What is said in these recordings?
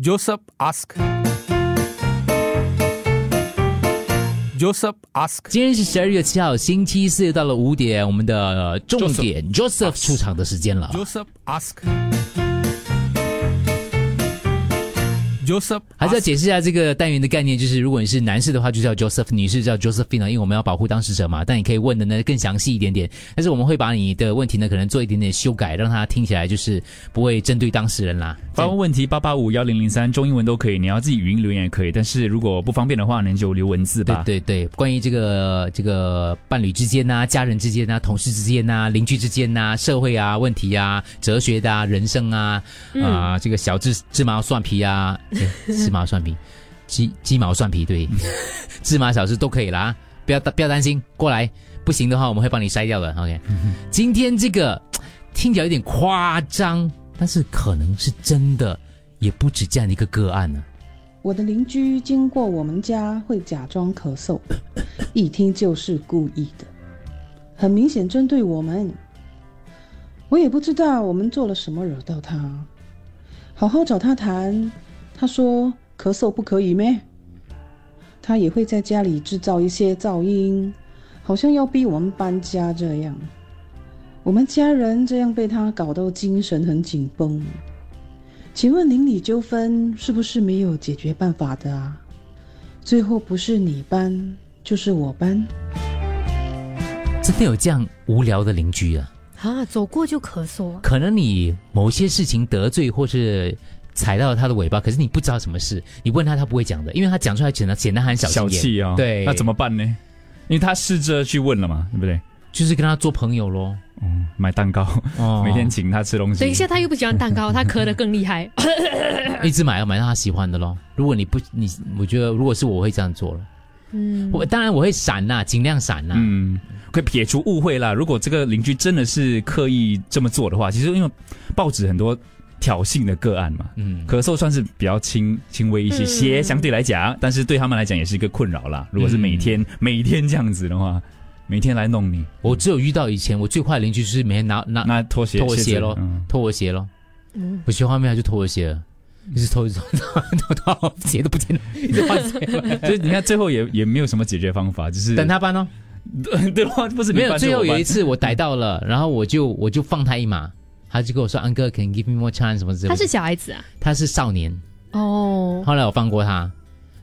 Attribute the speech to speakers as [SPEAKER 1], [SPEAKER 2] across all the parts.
[SPEAKER 1] Joseph asked. Joseph asked.
[SPEAKER 2] 今天是十二月七号，星期四，到了五点，我们的呃重点 Joseph, 出场的时间了。
[SPEAKER 1] Joseph asked. Joseph
[SPEAKER 2] 还是要
[SPEAKER 1] asked.
[SPEAKER 2] 解释一下这个单元的概念，就是如果你是男士的话，就叫 Joseph；女士叫 Josephine 啊，因为我们要保护当事者嘛。但你可以问的呢更详细一点点，但是我们会把你的问题呢可能做一点点修改，让它听起来就是不会针对当事人啦。
[SPEAKER 3] 发问问题八八五幺零零三，中英文都可以，你要自己语音留言也可以。但是如果不方便的话，你就留文字吧。
[SPEAKER 2] 对对对，关于这个这个伴侣之间呐、家人之间呐、同事之间呐、邻居之间呐、社会啊、问题啊、哲学的啊、人生啊，啊、这个小芝芝麻蒜皮啊，诶芝麻蒜皮，鸡鸡毛蒜皮，对， 芝麻小事都可以啦，不要不要担心，过来，不行的话我们会帮你筛掉的。OK，、今天这个听起来有点夸张，但是可能是真的，也不止这样的一个个案呢、
[SPEAKER 4] 我的邻居经过我们家会假装咳嗽， 一听就是故意的，很明显针对我们。我也不知道我们做了什么惹到他，好好找他谈，他说咳嗽不可以咩？他也会在家里制造一些噪音，好像要逼我们搬家这样。我们家人这样被他搞到精神很紧绷。请问邻里纠纷是不是没有解决办法的啊？最后不是你搬就是我搬。
[SPEAKER 2] 真的有这样无聊的邻居啊。
[SPEAKER 5] 啊，走过就咳嗽啊，
[SPEAKER 2] 可能你某些事情得罪或是踩到了他的尾巴，可是你不知道什么事，你问他他不会讲的，因为他讲出来简单简单很小心
[SPEAKER 3] 小
[SPEAKER 2] 眼
[SPEAKER 3] 气啊、
[SPEAKER 2] 对，
[SPEAKER 3] 那怎么办呢？因为他试着去问了嘛，对不对？
[SPEAKER 2] 就是跟他做朋友咯？
[SPEAKER 3] 嗯，买蛋糕，
[SPEAKER 2] 哦
[SPEAKER 3] 每天请他吃东西。
[SPEAKER 5] 等一下他又不喜欢蛋糕，他咳得更厉害。
[SPEAKER 2] 一直买要买到他喜欢的咯。如果你不你，我觉得如果是我我会这样做了，
[SPEAKER 5] 嗯，
[SPEAKER 2] 我当然我会闪呐、尽量闪呐、
[SPEAKER 3] 嗯，可以撇除误会啦。如果这个邻居真的是刻意这么做的话，其实因为报纸很多挑衅的个案嘛，
[SPEAKER 2] 嗯，
[SPEAKER 3] 咳嗽算是比较轻轻微一些些，
[SPEAKER 5] 嗯
[SPEAKER 3] 相对来讲，但是对他们来讲也是一个困扰啦。如果是每天、每天这样子的话，每天来弄你，
[SPEAKER 2] 我只有遇到以前我最坏的邻居就是每天拿拿
[SPEAKER 3] 那拖鞋
[SPEAKER 2] 啊拖我鞋咯
[SPEAKER 3] 咯，嗯
[SPEAKER 2] 脱我鞋咯，
[SPEAKER 5] 嗯
[SPEAKER 2] 我去外面他就脱我鞋了，一直脱一直脱脱脱到鞋都不见了，一直换鞋了，
[SPEAKER 3] 就是你看最后也也没有什么解决方法，就是
[SPEAKER 2] 等他搬哦。
[SPEAKER 3] 对吧？不是你
[SPEAKER 2] 没有，
[SPEAKER 3] 搬
[SPEAKER 2] 最后
[SPEAKER 3] 是我
[SPEAKER 2] 有
[SPEAKER 3] 搬
[SPEAKER 2] 一次我逮到了，然后我就我就放他一马，他就跟我说：“安哥，can you give me more chance 什么之类的。”
[SPEAKER 5] 他是小孩子啊。
[SPEAKER 2] 他是少年，
[SPEAKER 5] 哦，
[SPEAKER 2] 后来我放过他，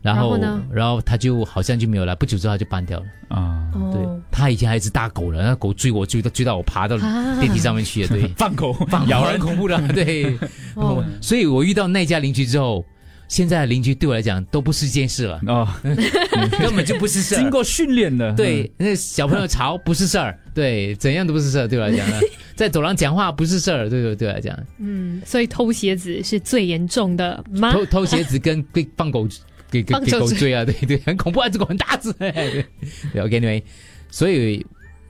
[SPEAKER 2] 然后
[SPEAKER 5] 然后呢
[SPEAKER 2] 然后他就好像就没有来，不久之后他就搬掉了。
[SPEAKER 3] 啊，
[SPEAKER 2] 对
[SPEAKER 5] 哦，，
[SPEAKER 2] 他以前还有一只大狗了，那狗追我追到追到我爬到
[SPEAKER 5] 啊
[SPEAKER 2] 电梯上面去了， 对，
[SPEAKER 3] 放狗
[SPEAKER 2] 放
[SPEAKER 3] 咬人
[SPEAKER 2] 很恐怖的， 对。
[SPEAKER 5] 哦，
[SPEAKER 2] 所以我遇到那家邻居之后，现在的邻居对我来讲都不是件事了，
[SPEAKER 3] 哦，
[SPEAKER 2] 根本就不 是事儿。啊
[SPEAKER 3] 经过训练的，
[SPEAKER 2] 对，那小朋友吵不是事儿，对，怎样都不是事儿，对我来讲呢，啊在走廊讲话不是事儿，对对对我来讲，
[SPEAKER 5] 嗯，所以偷鞋子是最严重的吗？
[SPEAKER 2] 偷偷鞋子跟被放狗给给
[SPEAKER 5] 啊放
[SPEAKER 2] 给
[SPEAKER 5] 狗
[SPEAKER 2] 狗
[SPEAKER 5] 追
[SPEAKER 2] 追啊， 对对，很恐怖啊，这狗很大只。对，OK，anyway，、所以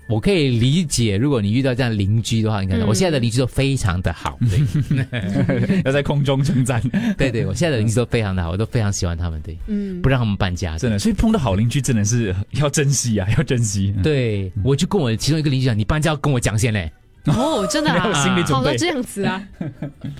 [SPEAKER 2] 我可以理解，如果你遇到这样的邻居的话，你看、
[SPEAKER 5] 嗯
[SPEAKER 2] 我现在的邻居都非常的好，对
[SPEAKER 3] 嗯 要在空中 称赞，
[SPEAKER 2] 对对，我现在的邻居都非常的好，我都非常喜欢他们，对，
[SPEAKER 5] 嗯
[SPEAKER 2] 不，让他们搬家，
[SPEAKER 3] 真的，所以碰到好邻居真的是要珍惜啊， 要珍惜。嗯，
[SPEAKER 2] 对，我就跟我其中一个邻居讲，你搬家要跟我讲先嘞，
[SPEAKER 5] 哦，真的
[SPEAKER 3] 没有心理
[SPEAKER 5] 啊，
[SPEAKER 3] 准备
[SPEAKER 5] 好到这样子啊。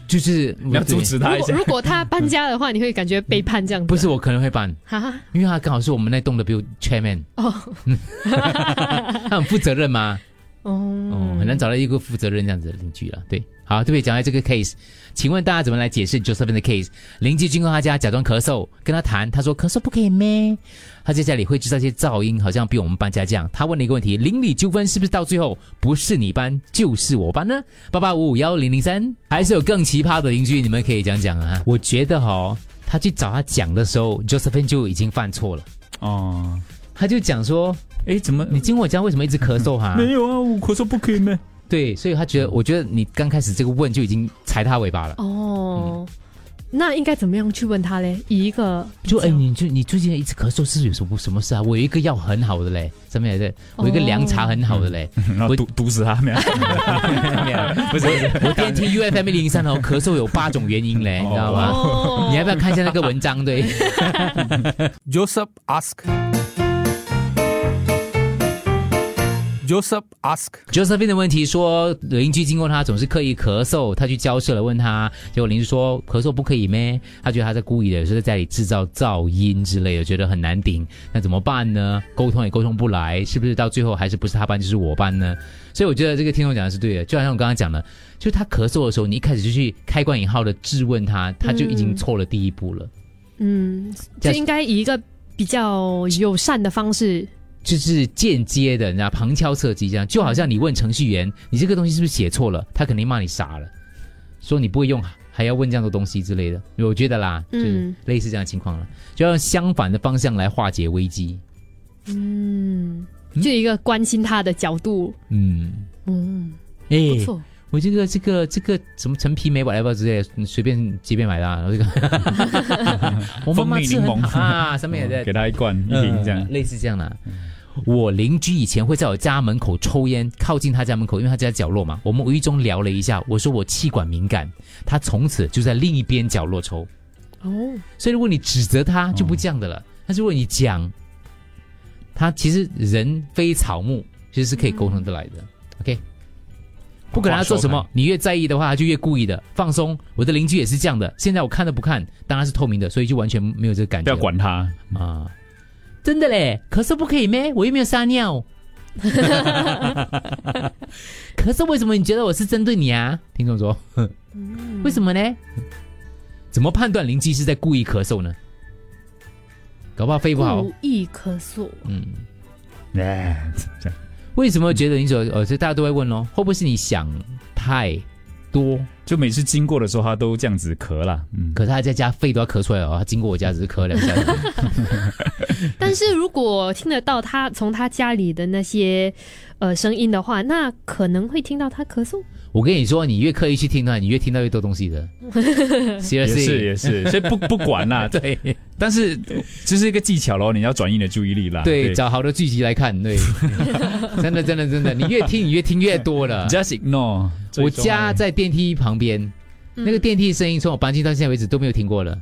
[SPEAKER 2] 就是
[SPEAKER 3] 你要阻止
[SPEAKER 5] 如
[SPEAKER 3] 他一
[SPEAKER 5] 果
[SPEAKER 3] 下。
[SPEAKER 5] 如果 他搬家的话，你会感觉背叛这样子。
[SPEAKER 2] 不是我可能会搬，
[SPEAKER 5] 啊，
[SPEAKER 2] 因为他刚好是我们那栋的 build chairman，
[SPEAKER 5] 哦，
[SPEAKER 2] 他很负责任嘛，哦，
[SPEAKER 5] 哦
[SPEAKER 2] 很难找到一个负责任这样子的邻居了。对，好，对不对？讲到这个 case，请问大家怎么来解释 Josephine 的 case？邻居经过他家假装咳嗽，跟他谈，他说咳嗽不可以咩？他在家里会制造一些噪音，好像逼我们搬家这样。他问了一个问题：邻里纠纷是不是到最后不是你搬就是我搬呢？八八五五幺零零三，还是有更奇葩的邻居，你们可以讲讲啊。我觉得哦，他去找他讲的时候，Josephine 就已经犯错了。
[SPEAKER 3] 哦，
[SPEAKER 2] 他就讲说
[SPEAKER 3] 哎，怎么：“
[SPEAKER 2] 你经过我家为什么一直咳嗽哈、
[SPEAKER 3] 没有啊？我口说不可以吗？
[SPEAKER 2] 对，所以他觉得，我觉得你刚开始这个问就已经踩他尾巴了。
[SPEAKER 5] 哦，那应该怎么样去问他嘞？以一个
[SPEAKER 2] 就哎、
[SPEAKER 5] 比较
[SPEAKER 2] 你就你最近一直咳嗽是有什么什么事啊？我有一个药很好的嘞，上面来的，我有一个凉茶很好的嘞。
[SPEAKER 3] 然后
[SPEAKER 2] 我
[SPEAKER 3] 毒毒死他没有？没有， 不是不是，
[SPEAKER 2] 我电梯 U F M 零三哦，咳嗽有八种原因嘞，你知道吗？
[SPEAKER 5] 哦，
[SPEAKER 2] 你要不要看一下那个文章？对，
[SPEAKER 1] Joseph asked. Joseph ask
[SPEAKER 2] Josephine 的问题说，邻居经过他总是刻意咳嗽，他去交涉了，问他，结果邻居说咳嗽不可以咩？他觉得他在故意的，有时候在家里制造噪音之类的，觉得很难顶，那怎么办呢？沟通也沟通不来，是不是到最后还是不是他办就是我办呢？所以我觉得这个听众讲的是对的，就好像我刚刚讲的，就是他咳嗽的时候，你一开始就去开关引号的质问他，他就已经
[SPEAKER 5] 嗯
[SPEAKER 2] 错了第一步了。
[SPEAKER 5] 嗯，
[SPEAKER 2] 这
[SPEAKER 5] 就应该以一个比较友善的方式，
[SPEAKER 2] 就是间接的，你知道，旁敲侧击这样，就好像你问程序员，你这个东西是不是写错了，他肯定骂你傻了，说你不会用，还要问这样的东西之类的。我觉得啦，就是
[SPEAKER 5] 嗯
[SPEAKER 2] 类似这样的情况了，就要用相反的方向来化解危机。
[SPEAKER 5] 嗯，就一个关心他的角度，
[SPEAKER 2] 嗯，
[SPEAKER 5] 嗯，
[SPEAKER 2] 哎、
[SPEAKER 5] 不错，
[SPEAKER 2] 我这个这个这个什么陈皮梅 whatever 之类的，你随便随便买的、啊，然后这个 我妈
[SPEAKER 3] 蜂
[SPEAKER 2] 妈
[SPEAKER 3] 蜜
[SPEAKER 2] 吃
[SPEAKER 3] 柠
[SPEAKER 2] 很
[SPEAKER 3] 檬
[SPEAKER 2] 好啊，上面也在
[SPEAKER 3] 给他一罐一瓶这样
[SPEAKER 2] 嗯。类似这样啦。我邻居以前会在我家门口抽烟，靠近他家门口，因为他家在角落嘛。我们无意中聊了一下，我说我气管敏感，他从此就在另一边角落抽。
[SPEAKER 5] 哦，
[SPEAKER 2] 所以如果你指责他，就不这样的了。
[SPEAKER 3] 嗯
[SPEAKER 2] 但是如果你讲，他其实人非草木，其实是可以沟通得来的。OK，不管他做什
[SPEAKER 3] 嗯话
[SPEAKER 2] 么
[SPEAKER 3] 说，
[SPEAKER 2] 你越在意的话，他就越故意的放松。我的邻居也是这样的，现在我看都不看，当然是透明的，所以就完全没有这个感
[SPEAKER 3] 不
[SPEAKER 2] 觉
[SPEAKER 3] 要
[SPEAKER 2] 了。
[SPEAKER 3] 管他，
[SPEAKER 2] 啊，真的嘞，咳嗽不可以咩？我又没有撒尿。咳嗽为什么你觉得我是针对你啊？听众说，为什么呢？怎么判断邻居是在故意咳嗽呢？搞不好肺不好
[SPEAKER 5] 故，意咳嗽，
[SPEAKER 2] 嗯，
[SPEAKER 3] 哎，这样
[SPEAKER 2] 为什么觉得你所呃，这大家都会问咯，会不会是你想太多？
[SPEAKER 3] 就每次经过的时候他都这样子咳啦，嗯，
[SPEAKER 2] 可是他在家肺都要咳出来了哦，他经过我家只是咳两下子，
[SPEAKER 5] 但是如果听得到他从他家里的那些呃声音的话，那可能会听到他咳嗽。
[SPEAKER 2] 我跟你说，你越刻意去听他，你越听到越多东西的。
[SPEAKER 3] 也
[SPEAKER 2] Seriously，，
[SPEAKER 3] 是也是，所以不不管啦
[SPEAKER 2] 对。
[SPEAKER 3] 但是这是一个技巧咯，你要转移你的注意力啦，
[SPEAKER 2] 对，找好的剧集来看，对，真的真的真的，你越听你越听越多 了。
[SPEAKER 3] just ignore，
[SPEAKER 2] 我
[SPEAKER 3] 最终
[SPEAKER 2] 家在电梯旁边，
[SPEAKER 5] 嗯
[SPEAKER 2] 那个电梯声音从我搬进到现在为止都没有听过了，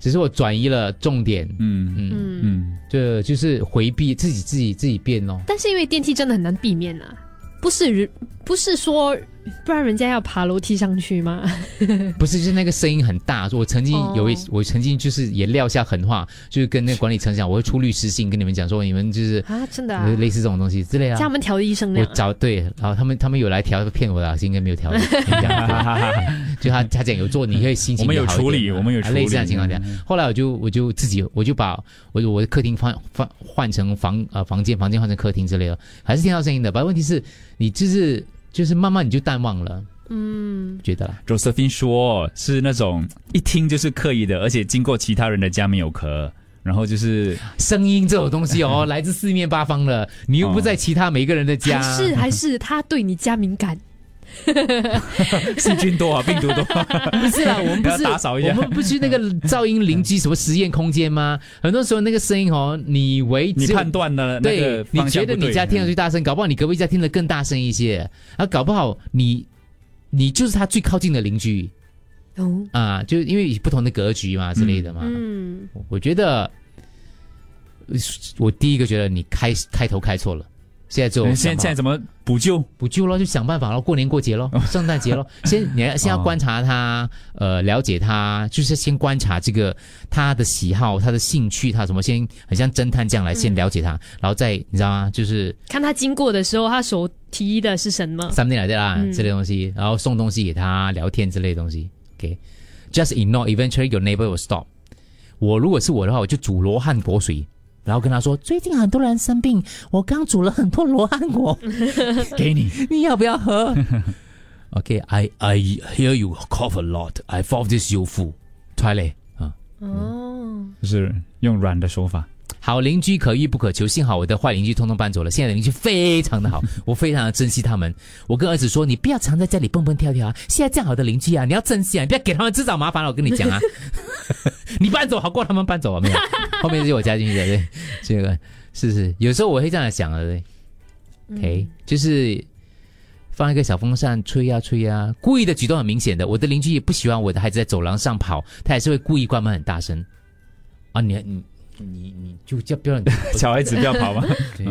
[SPEAKER 2] 只是我转移了重点，
[SPEAKER 3] 嗯
[SPEAKER 2] 嗯，
[SPEAKER 5] 嗯，
[SPEAKER 3] 嗯，
[SPEAKER 2] 这就是回避自己自己自己变咯。
[SPEAKER 5] 但是因为电梯真的很难避免啊，不是人不是说，不然人家要爬楼梯上 去吗？
[SPEAKER 2] 不是，就是那个声音很大。我曾经有一，
[SPEAKER 5] 哦
[SPEAKER 2] 我曾经就是也撂下狠话，就是跟那个管理层讲，我会出律师信跟你们讲说，你们就是
[SPEAKER 5] 啊，真的、啊，
[SPEAKER 2] 类似这种东西之类啊。
[SPEAKER 5] 家门调的医生那
[SPEAKER 2] 我
[SPEAKER 5] 样啊，
[SPEAKER 2] 找对，然后他们他们有来调骗我的，啊是应该没有调的，这 样对就他他讲有做，你会心情
[SPEAKER 3] 嗯我们有
[SPEAKER 2] 会好一
[SPEAKER 3] 处理
[SPEAKER 2] 点嘛
[SPEAKER 3] 我们有
[SPEAKER 2] 啊
[SPEAKER 3] 处
[SPEAKER 2] 类似
[SPEAKER 3] 理
[SPEAKER 2] 这样的情况下，后来我就我就自己我就把我就我的客厅换换换成房呃房间，房间换成客厅之类的，还是听到声音的。反正问题是你就是就是慢慢你就淡忘了，
[SPEAKER 5] 嗯，
[SPEAKER 2] 觉得啦。
[SPEAKER 3] Josephine 说，是那种一听就是刻意的，而且经过其他人的家没有咳，然后就是
[SPEAKER 2] 声音这种东西 哦，来自四面八方的，你又不在其他每个人的家，
[SPEAKER 5] 还啊是还是他对你家敏感，
[SPEAKER 3] 细菌 多啊，病毒多、
[SPEAKER 2] 不是啦， 我们不是
[SPEAKER 3] 要打扫一下
[SPEAKER 2] 我们不去那个噪 音邻居什么实验空间吗？很多时候那个声音哦，你以为
[SPEAKER 3] 你
[SPEAKER 2] 只有
[SPEAKER 3] 判断了那
[SPEAKER 2] 对
[SPEAKER 3] 个，
[SPEAKER 2] 你
[SPEAKER 3] 方
[SPEAKER 2] 觉
[SPEAKER 3] 向
[SPEAKER 2] 得
[SPEAKER 3] 不对嗯
[SPEAKER 2] 你家听得最大声，搞不好你隔壁家听得更大声一些，啊，搞不好你你就是他最靠近的邻居
[SPEAKER 5] 哦，
[SPEAKER 2] 啊，就是因为不同的格局嘛之类的嘛。
[SPEAKER 5] 嗯，
[SPEAKER 2] 我我觉得，呃我第一个觉得你开开头开错了。现在就
[SPEAKER 3] 嗯现在现在怎么补救？
[SPEAKER 2] 补救咯，就想办法咯，过年过节咯，圣诞 节咯，先你要先要
[SPEAKER 3] 哦
[SPEAKER 2] 观察他，呃，了解他，就是先观察这个他的喜好、他的兴趣、他什么，先很像侦探这样来
[SPEAKER 5] 嗯
[SPEAKER 2] 先了解他，然后再你知道吗？就是
[SPEAKER 5] 看他经过的时候，他手提的是什么？
[SPEAKER 2] something like that 啦、
[SPEAKER 5] 嗯
[SPEAKER 2] 之类的东西，然后送东西给他，聊天之类的东西。OK，just、ignore. Eventually your neighbor will stop. 我如果是我的话，我就煮罗汉果水，然后跟他说最近很多人生病，我刚煮了很多罗汉果，
[SPEAKER 3] 给你，
[SPEAKER 2] 你要不要喝？OK, I I hear you cough a lot. I found this you fool. Try 嘞啊。
[SPEAKER 5] 哦，
[SPEAKER 3] 就是用软的说法。
[SPEAKER 2] 好邻居可遇不可求，幸好我的坏邻居通通搬走了。现在的邻居非常的好，我非常的珍惜他们。我跟儿子说，你不要常在家里蹦蹦跳跳啊！现在这样好的邻居啊，你要珍惜啊，你不要给他们制造麻烦了。我跟你 讲啊，你搬走好过他们搬走啊，没有？后面是我加进去的，对，这个是是，有时候我会这样想的，对。OK，、就是放一个小风扇吹呀、吹呀、故意的举动很明显的。我的邻居也不喜欢我的孩子在走廊上跑，他也是会故意关门很大声。啊，你你你你就叫不要
[SPEAKER 3] 小孩子不要跑嘛，
[SPEAKER 2] 对，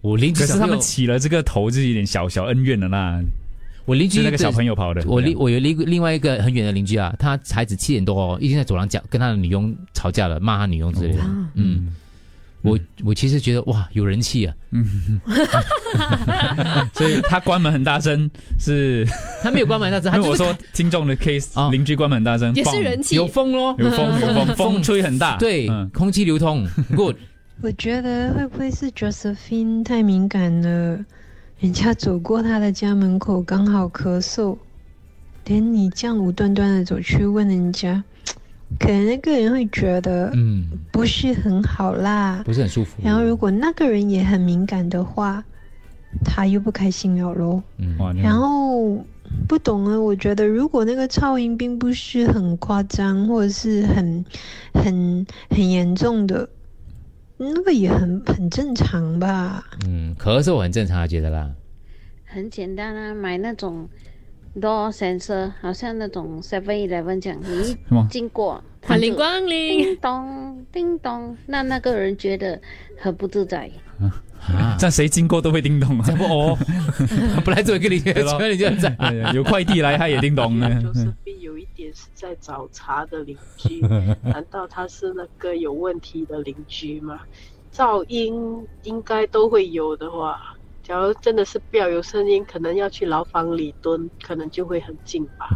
[SPEAKER 2] 我邻居
[SPEAKER 3] 可
[SPEAKER 2] 小
[SPEAKER 3] 是他
[SPEAKER 2] 朋友
[SPEAKER 3] 们，起了这个头，就是有点小小恩怨的啦，
[SPEAKER 2] 我邻居
[SPEAKER 3] 是那个小朋
[SPEAKER 2] 友。
[SPEAKER 3] 友跑的。啊
[SPEAKER 2] 我另我有另另外一个很远的邻居啊，他孩子七点多哦，已经在走廊讲跟他的女佣吵架了，骂他女佣之类的。
[SPEAKER 5] 啊，
[SPEAKER 2] 嗯，
[SPEAKER 3] 嗯，
[SPEAKER 2] 我我其实觉得哇，有人气啊！嗯
[SPEAKER 3] 所以他关门很大声，是
[SPEAKER 2] 他没有关门， 但是他
[SPEAKER 3] 因为
[SPEAKER 2] 就
[SPEAKER 3] 我
[SPEAKER 2] 是
[SPEAKER 3] 说听众的 case，
[SPEAKER 2] 哦
[SPEAKER 3] 邻居关门很大声，
[SPEAKER 5] 也是
[SPEAKER 3] 嘣
[SPEAKER 5] 人气，
[SPEAKER 2] 有风咯，
[SPEAKER 3] 有风有 风，
[SPEAKER 2] 风
[SPEAKER 3] 风吹很大，
[SPEAKER 2] 对，
[SPEAKER 3] 嗯
[SPEAKER 2] 空气流 通 good。
[SPEAKER 6] 我觉得会不会是 Josephine 太敏感了？人家走过她的家门口，刚好咳嗽，连你这样无端端的走去问人家，可能那个人会觉得
[SPEAKER 2] 嗯，
[SPEAKER 6] 不是很好啦。
[SPEAKER 2] 不是很舒服。
[SPEAKER 6] 然后如果那个人也很敏感的话，他又不开心了咯。
[SPEAKER 2] 嗯，
[SPEAKER 3] 哇，你
[SPEAKER 6] 然后不懂啊，我觉得如果那个噪音并不是很夸张，或者是很很很严重的，那个也很很正常吧。
[SPEAKER 2] 嗯，咳嗽很正常，觉得 啦。
[SPEAKER 7] 很简单啊，买那种 door sensor，好像那种 Seven Eleven 这样，你一
[SPEAKER 3] 什么
[SPEAKER 7] 经过，它
[SPEAKER 5] 欢迎
[SPEAKER 7] 就
[SPEAKER 5] 光临。
[SPEAKER 7] 叮咚叮咚，那那个人觉得很不自在。
[SPEAKER 2] 啊，
[SPEAKER 3] 这样谁经过都会叮咚啊，不哦，
[SPEAKER 2] 本来做一个邻居，
[SPEAKER 3] 对咯
[SPEAKER 2] 突然你就在
[SPEAKER 3] 有快递来他也 叮咚
[SPEAKER 2] 啊
[SPEAKER 3] 嗯呢。
[SPEAKER 8] 就是 B 有一点是在找茬的邻居，难道他是那个有问题的邻居吗？噪音应该都会有的话，假如真的是不要有声音，可能要去牢房里蹲，可能就会很近吧。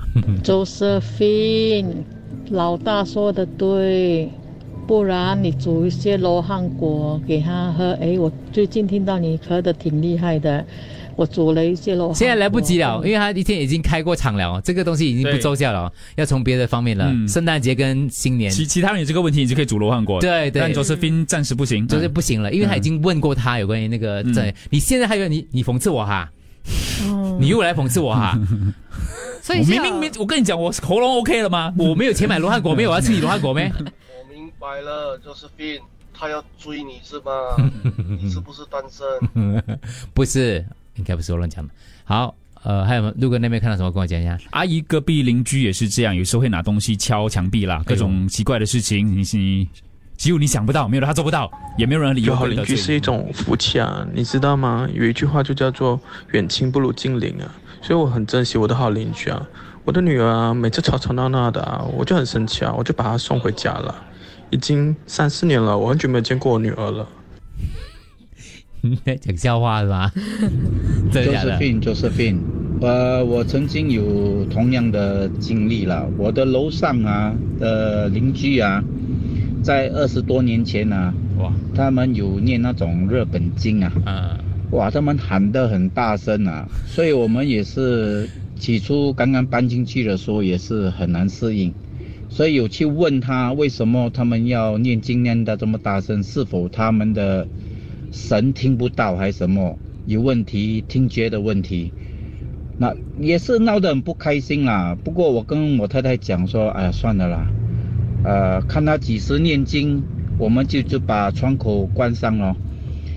[SPEAKER 9] Josephine，老大说的对，不然你煮一些罗汉果给他喝。诶，我最近听到你咳的挺厉害的，我煮了一些
[SPEAKER 6] 哦
[SPEAKER 9] 罗汉果。
[SPEAKER 2] 现在来不及了，
[SPEAKER 3] 哦
[SPEAKER 9] 为
[SPEAKER 2] 因为他一天已经开过场了，哦这个东西已经不奏效了，哦要从别的方面了。
[SPEAKER 3] 嗯
[SPEAKER 2] 圣诞节跟新年，
[SPEAKER 3] 其其他人有这个问题，你就可以煮罗汉果。
[SPEAKER 2] 对对
[SPEAKER 3] 但，Josephine 暂时不行，
[SPEAKER 2] 就是不行了，因为他已经问过他有关于那个
[SPEAKER 3] 嗯
[SPEAKER 2] 在，你现在还有你你讽刺我哈，
[SPEAKER 6] 哦
[SPEAKER 2] 你又来讽刺我 哈，
[SPEAKER 5] 所以
[SPEAKER 3] 我
[SPEAKER 5] 是
[SPEAKER 3] 明
[SPEAKER 5] 要
[SPEAKER 3] 明没，我跟你讲，我喉咙 OK 了 吗？
[SPEAKER 2] 我没有钱买罗汉果，没有我要吃你罗汉果 咩？
[SPEAKER 10] 我明白了，就是 Fin，他要追你是吗？你是不是单身？
[SPEAKER 2] 不是，应该不是我乱讲的。好，呃，还有吗？陆哥那边看到什么，跟我讲一下。
[SPEAKER 3] 阿姨隔壁邻居也是这样，有时候会拿东西敲墙壁啦，各
[SPEAKER 2] 哎
[SPEAKER 3] 种奇怪的事情，你你只有你想不到，没有人他做不到，也没有人理由
[SPEAKER 11] 有好
[SPEAKER 3] 可以
[SPEAKER 11] 邻
[SPEAKER 3] 得
[SPEAKER 11] 居
[SPEAKER 3] 罪
[SPEAKER 11] 是一
[SPEAKER 3] 你
[SPEAKER 11] 种福气啊，你知道吗？有一句话就叫做“远亲不如近邻”啊，所以我很珍惜我的好邻居啊。我的女儿啊，每次吵吵闹闹的啊，我就很生气啊，我就把她送回家了。已经三四年了，我很久没有见过我女儿了。
[SPEAKER 2] 讲笑话是吧？真的假的？
[SPEAKER 12] Josephine，Josephine，呃，我曾经有同样的经历啦。我的楼上啊的邻居啊，在二十多年前啊，
[SPEAKER 3] 哇，呃
[SPEAKER 12] 他们有念那种日本经啊，
[SPEAKER 2] 嗯，
[SPEAKER 12] 哇，他们喊得很大声啊，所以我们也是起初刚刚搬进去的时候也是很难适应，所以有去问他为什么他们要念经念得这么大声，是否他们的神听不到还是什么有问题，听觉的问题。那也是闹得很不开心啦。不过我跟我太太讲说，哎呀，算了啦，呃，看他几时念经，我们就就把窗口关上了。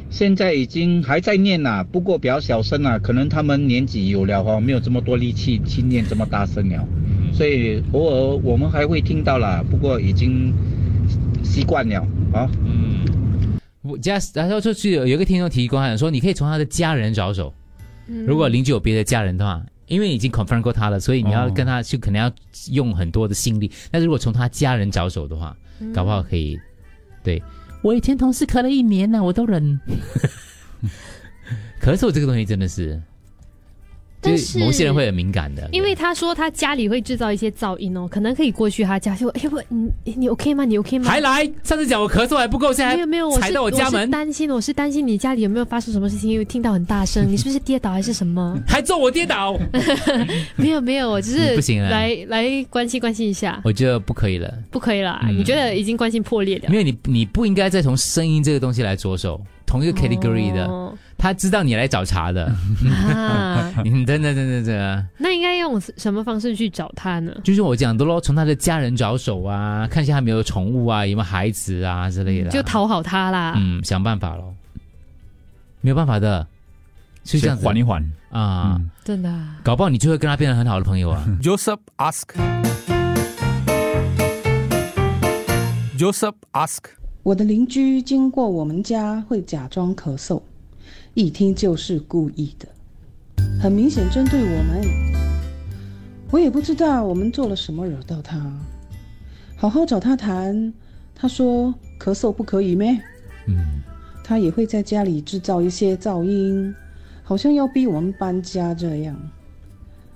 [SPEAKER 12] 现在已经还在念啦、不过比较小声啦、可能他们年纪有了哈，没有这么多力气去念这么大声了，所以偶尔我们还会听到啦，不过已经习惯了啊。
[SPEAKER 2] 我家然后就是有有一个听众提供，他讲说你可以从他的家人着手，
[SPEAKER 3] 嗯
[SPEAKER 2] 如果邻居有别的家人的话。因为已经 confirm 过他了，所以你要
[SPEAKER 3] 哦
[SPEAKER 2] 跟他就可能要用很多的心力。但如果从他家人着手的话，搞不好可以。对我以前同事咳了一年呢、我都忍。 咳嗽这个东西真的是，就
[SPEAKER 5] 但
[SPEAKER 2] 是
[SPEAKER 5] 是
[SPEAKER 2] 某些人会很敏感的，
[SPEAKER 5] 因为他说他家里会制造一些噪音哦，可能可以过去他家就，哎我你你 OK 吗？你 OK 吗？
[SPEAKER 2] 还来上次讲我咳嗽还不够，现在
[SPEAKER 5] 没有没有，我
[SPEAKER 2] 踩
[SPEAKER 5] 是
[SPEAKER 2] 到我家
[SPEAKER 5] 是
[SPEAKER 2] 门
[SPEAKER 5] 担心，我是担心你家里有没有发生什么事情，因为听到很大声，你是不是跌倒还是什么？
[SPEAKER 2] 还揍我跌倒。
[SPEAKER 5] 没有没有，我只
[SPEAKER 2] 嗯
[SPEAKER 5] 是
[SPEAKER 2] 不行啊
[SPEAKER 5] 来来关心关心一 下，
[SPEAKER 2] 我觉得不可以了，
[SPEAKER 5] 不可以啦，
[SPEAKER 2] 嗯
[SPEAKER 5] 你觉得已经关心破裂了
[SPEAKER 2] 因？为你你不应该再从声音这个东西来着手，同一个 category 的，
[SPEAKER 5] 哦
[SPEAKER 2] 他知道你来找茬 的，
[SPEAKER 5] 啊，
[SPEAKER 2] 嗯，等等等等等，
[SPEAKER 5] 那应该用什么方式去找他呢？
[SPEAKER 2] 就是我讲的咯，从他的家人着手啊，看一下他有没有宠物啊，有没有孩子啊之类的，
[SPEAKER 5] 嗯就讨好他啦。
[SPEAKER 2] 嗯，想办法咯，没有办法的，就这样
[SPEAKER 3] 先
[SPEAKER 2] 子
[SPEAKER 3] 缓一缓
[SPEAKER 2] 啊，
[SPEAKER 3] 嗯
[SPEAKER 5] 真的啊
[SPEAKER 2] 搞不好你就会跟他变成很好的朋友 啊。
[SPEAKER 1] Joseph ask. Joseph ask.
[SPEAKER 4] 我的邻居经过我们家会假装咳嗽，一听就是故意的，很明显针对我们。我也不知道我们做了什么惹到他，好好找他谈。他说咳嗽不可以咩？嗯，他也会在家里制造一些噪音，好像要逼我们搬家这样。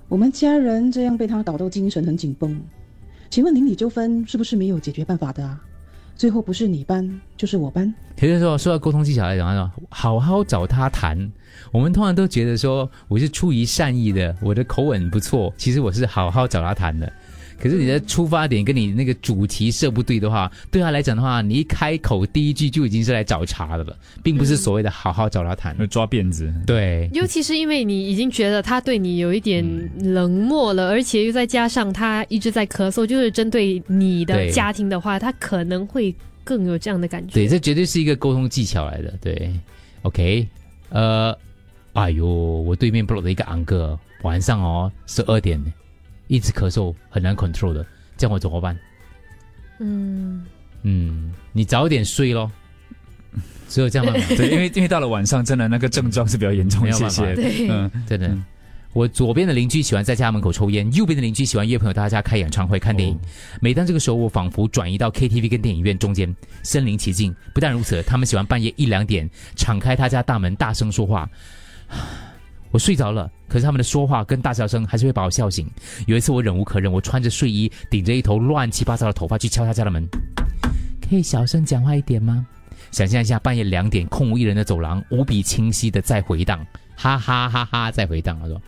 [SPEAKER 4] 我们家人这样被他搞到精神很紧绷。请问邻里纠纷是不是没有解决办法的啊？最后不是你搬就是我搬。
[SPEAKER 2] 其实说说到沟通技巧来讲，呢，好好找他谈。我们通常都觉得说我是出于善意的，我的口吻不错，其实我是好好找他谈的。可是你的出发点跟你那个主题设不对的话，对他来讲的话，你一开口第一句就已经是来找茬的了，并不是所谓的好好找他谈，
[SPEAKER 3] 呃抓辫子。
[SPEAKER 2] 对，
[SPEAKER 5] 尤其是因为你已经觉得他对你有一点冷漠了，而且又再加上他一直在咳嗽，就是针对你的
[SPEAKER 2] 对
[SPEAKER 5] 家庭的话，他可能会更有这样的感觉。
[SPEAKER 2] 对，这绝对是一个沟通技巧来的。对，OK，呃，哎呦，我对面 block 的一个昂哥，晚上哦十二点，一直咳嗽，很难 control 的，这样我怎么办？
[SPEAKER 5] 嗯，
[SPEAKER 2] 嗯，你早点睡咯。只有这样办法。
[SPEAKER 3] 对，因为因为到了晚上，真的那个症状是比较严重
[SPEAKER 2] 没
[SPEAKER 3] 一
[SPEAKER 2] 有
[SPEAKER 3] 些
[SPEAKER 2] 办法
[SPEAKER 3] 些。，嗯，
[SPEAKER 2] 真的。我左边的邻居喜欢在家门口抽烟，右边的邻居喜欢约朋友到他家开演唱会、看电影。
[SPEAKER 3] 哦
[SPEAKER 2] 每当这个时候，我仿佛转移到 KTV 跟电影院中间，身临其境。不但如此，他们喜欢半夜一两点敞开他家大门，大声说话。 我睡着了，可是他们的说话跟大笑声还是会把我笑醒。有一次，我忍无可忍，我穿着睡衣，顶着一头乱七八糟的头发去敲他家的门。可以小声讲话一点吗？想象一下半夜两点空无一人的走廊，无比清晰的在回荡，哈哈哈哈在回荡。他说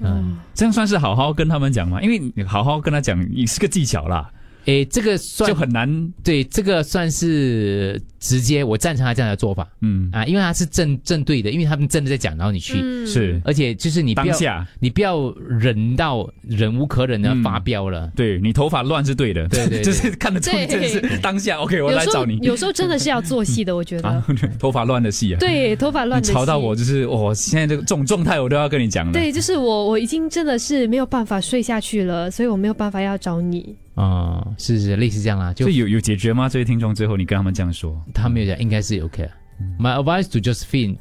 [SPEAKER 5] 嗯，
[SPEAKER 3] 这样算是好好跟他们讲吗？因为你好好跟他讲也是个技巧啦。
[SPEAKER 2] 诶，这个算
[SPEAKER 3] 就很难，
[SPEAKER 2] 对，这个算是直接，我赞成他这样的做法，
[SPEAKER 3] 嗯
[SPEAKER 2] 啊，因为他是正正对的，因为他们真的在讲，然后你去，
[SPEAKER 3] 嗯是
[SPEAKER 2] 而且就是你不
[SPEAKER 3] 当
[SPEAKER 2] 要
[SPEAKER 3] 下，
[SPEAKER 2] 你不要忍到忍无可忍的
[SPEAKER 3] 嗯
[SPEAKER 2] 发飙了，
[SPEAKER 3] 对你头发乱是对的，
[SPEAKER 2] 对对对
[SPEAKER 3] 就是看得出
[SPEAKER 5] 对
[SPEAKER 3] 你真的是当下。OK，我
[SPEAKER 5] 有
[SPEAKER 3] 来
[SPEAKER 5] 时候
[SPEAKER 3] 找你。
[SPEAKER 5] 有时候真的是要做戏的，我觉 得
[SPEAKER 3] 啊。，头发乱的戏啊，，
[SPEAKER 5] 对，头发乱
[SPEAKER 3] 你
[SPEAKER 5] 的戏。
[SPEAKER 3] 吵到我就是，我、现在这个这种状态我都要跟你讲了。
[SPEAKER 5] 对，就是我，我已经真的是没有办法睡下去了，所以我没有办法要找你。
[SPEAKER 2] 啊、是是类似这样啦，就
[SPEAKER 3] 所以有有解决吗？这位听众最后你跟他们这样说，
[SPEAKER 2] 他没有讲，应该是 OK 了。My advice to Josephine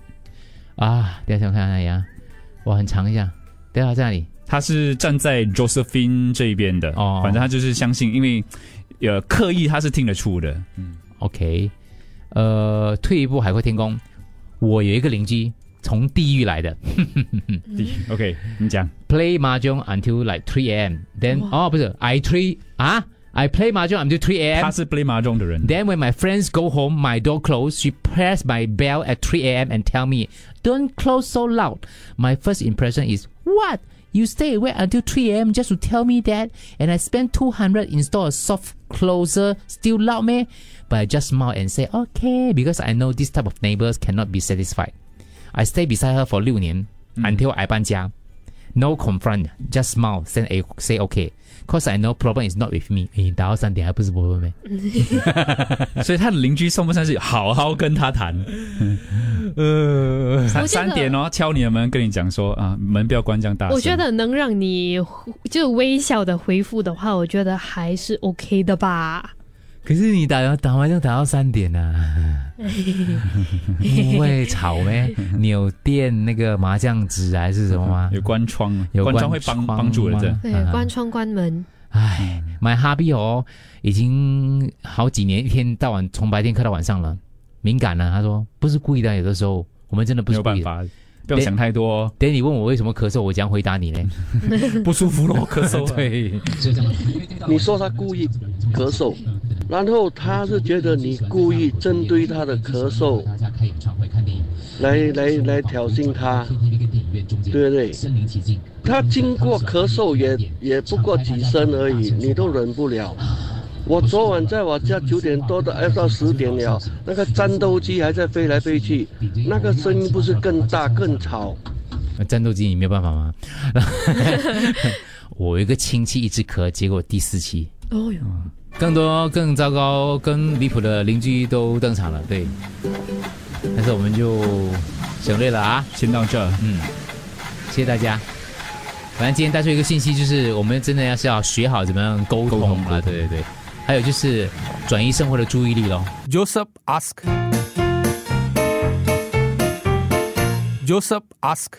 [SPEAKER 2] 啊，等一下想看哪里啊？我很长一下，等一下在哪里？
[SPEAKER 3] 他是站在 Josephine 这一边的，哦，反正他就是相信，因为呃刻意他是听得出的，嗯
[SPEAKER 2] OK，呃，退一步海阔天空。我有一个邻居从地狱来的
[SPEAKER 5] 嗯
[SPEAKER 3] ，OK，你讲。
[SPEAKER 2] Play mahjong until like three a.m. Then 哦不是，I three 啊，I play mahjong until three a.m.
[SPEAKER 3] 他是 play mahjong 的人。
[SPEAKER 2] Then when my friends go home, my door closed. She pressed my bell at three a.m. and tell me, "Don't close so loud." My first impression is what. You stay awake until 3 a.m. just to tell me that, and I spent 200 install a soft closer, still loud, man. But I just smile and say, okay, because I know this type of neighbors cannot be satisfied. I stay beside her for 六年 until I 搬家。No confront, just smile, send a say okay, cause I know problem is not with me. 你打到三点还不是 problem 咩？
[SPEAKER 3] 所以他的邻居算不算是好好跟他谈？呃，
[SPEAKER 5] 我
[SPEAKER 3] 三
[SPEAKER 5] 觉得
[SPEAKER 3] 三点哦，敲你的门，跟你讲说啊，门不要关这样大声。
[SPEAKER 5] 我觉得能让你就微笑的回复的话，我觉得还是 OK 的
[SPEAKER 3] 啊
[SPEAKER 5] 吧。
[SPEAKER 2] 可是你打打麻将打到三点啊， 不会吵咩？你有垫那个麻将纸还是什么吗？
[SPEAKER 13] 嗯
[SPEAKER 3] 有关窗啊，
[SPEAKER 2] 有
[SPEAKER 3] 关窗会帮帮助的
[SPEAKER 2] 吗
[SPEAKER 3] 这。
[SPEAKER 5] 对，关窗关门，
[SPEAKER 2] 买哈比哦，已经好几年，一天到晚从白天开到晚上了，敏感啊了。他说不是故意的，有的时候我们真的不是故意
[SPEAKER 3] 没有
[SPEAKER 2] 的。
[SPEAKER 3] 不要想太多。
[SPEAKER 2] 等你问我为什么咳嗽，我怎样回答你嘞？
[SPEAKER 3] 不舒服了，我咳嗽啊
[SPEAKER 2] 对，
[SPEAKER 13] 你说他故意咳嗽，然后他是觉得你故意针对他的咳嗽来来来挑衅他，对不对？他经过咳嗽也也不过几声而已，你都忍不了。我昨晚在我家九点多的，要到十点了，那个战斗机还在飞来飞去，那个声音不是更大更吵？
[SPEAKER 2] 战斗机你没有办法吗？我有一个亲戚一直咳，结果第四期。
[SPEAKER 5] 哦哟，
[SPEAKER 2] 更多更糟糕、更离谱的邻居都登场了，对。但是我们就省略了啊，
[SPEAKER 3] 先到这，
[SPEAKER 2] 嗯，谢谢大家。反正今天带出一个信息，就是我们真的要是要学好怎么样沟通了，对对对。还有就是转移生活的注意力咯。
[SPEAKER 1] Joseph ask
[SPEAKER 12] Joseph ask.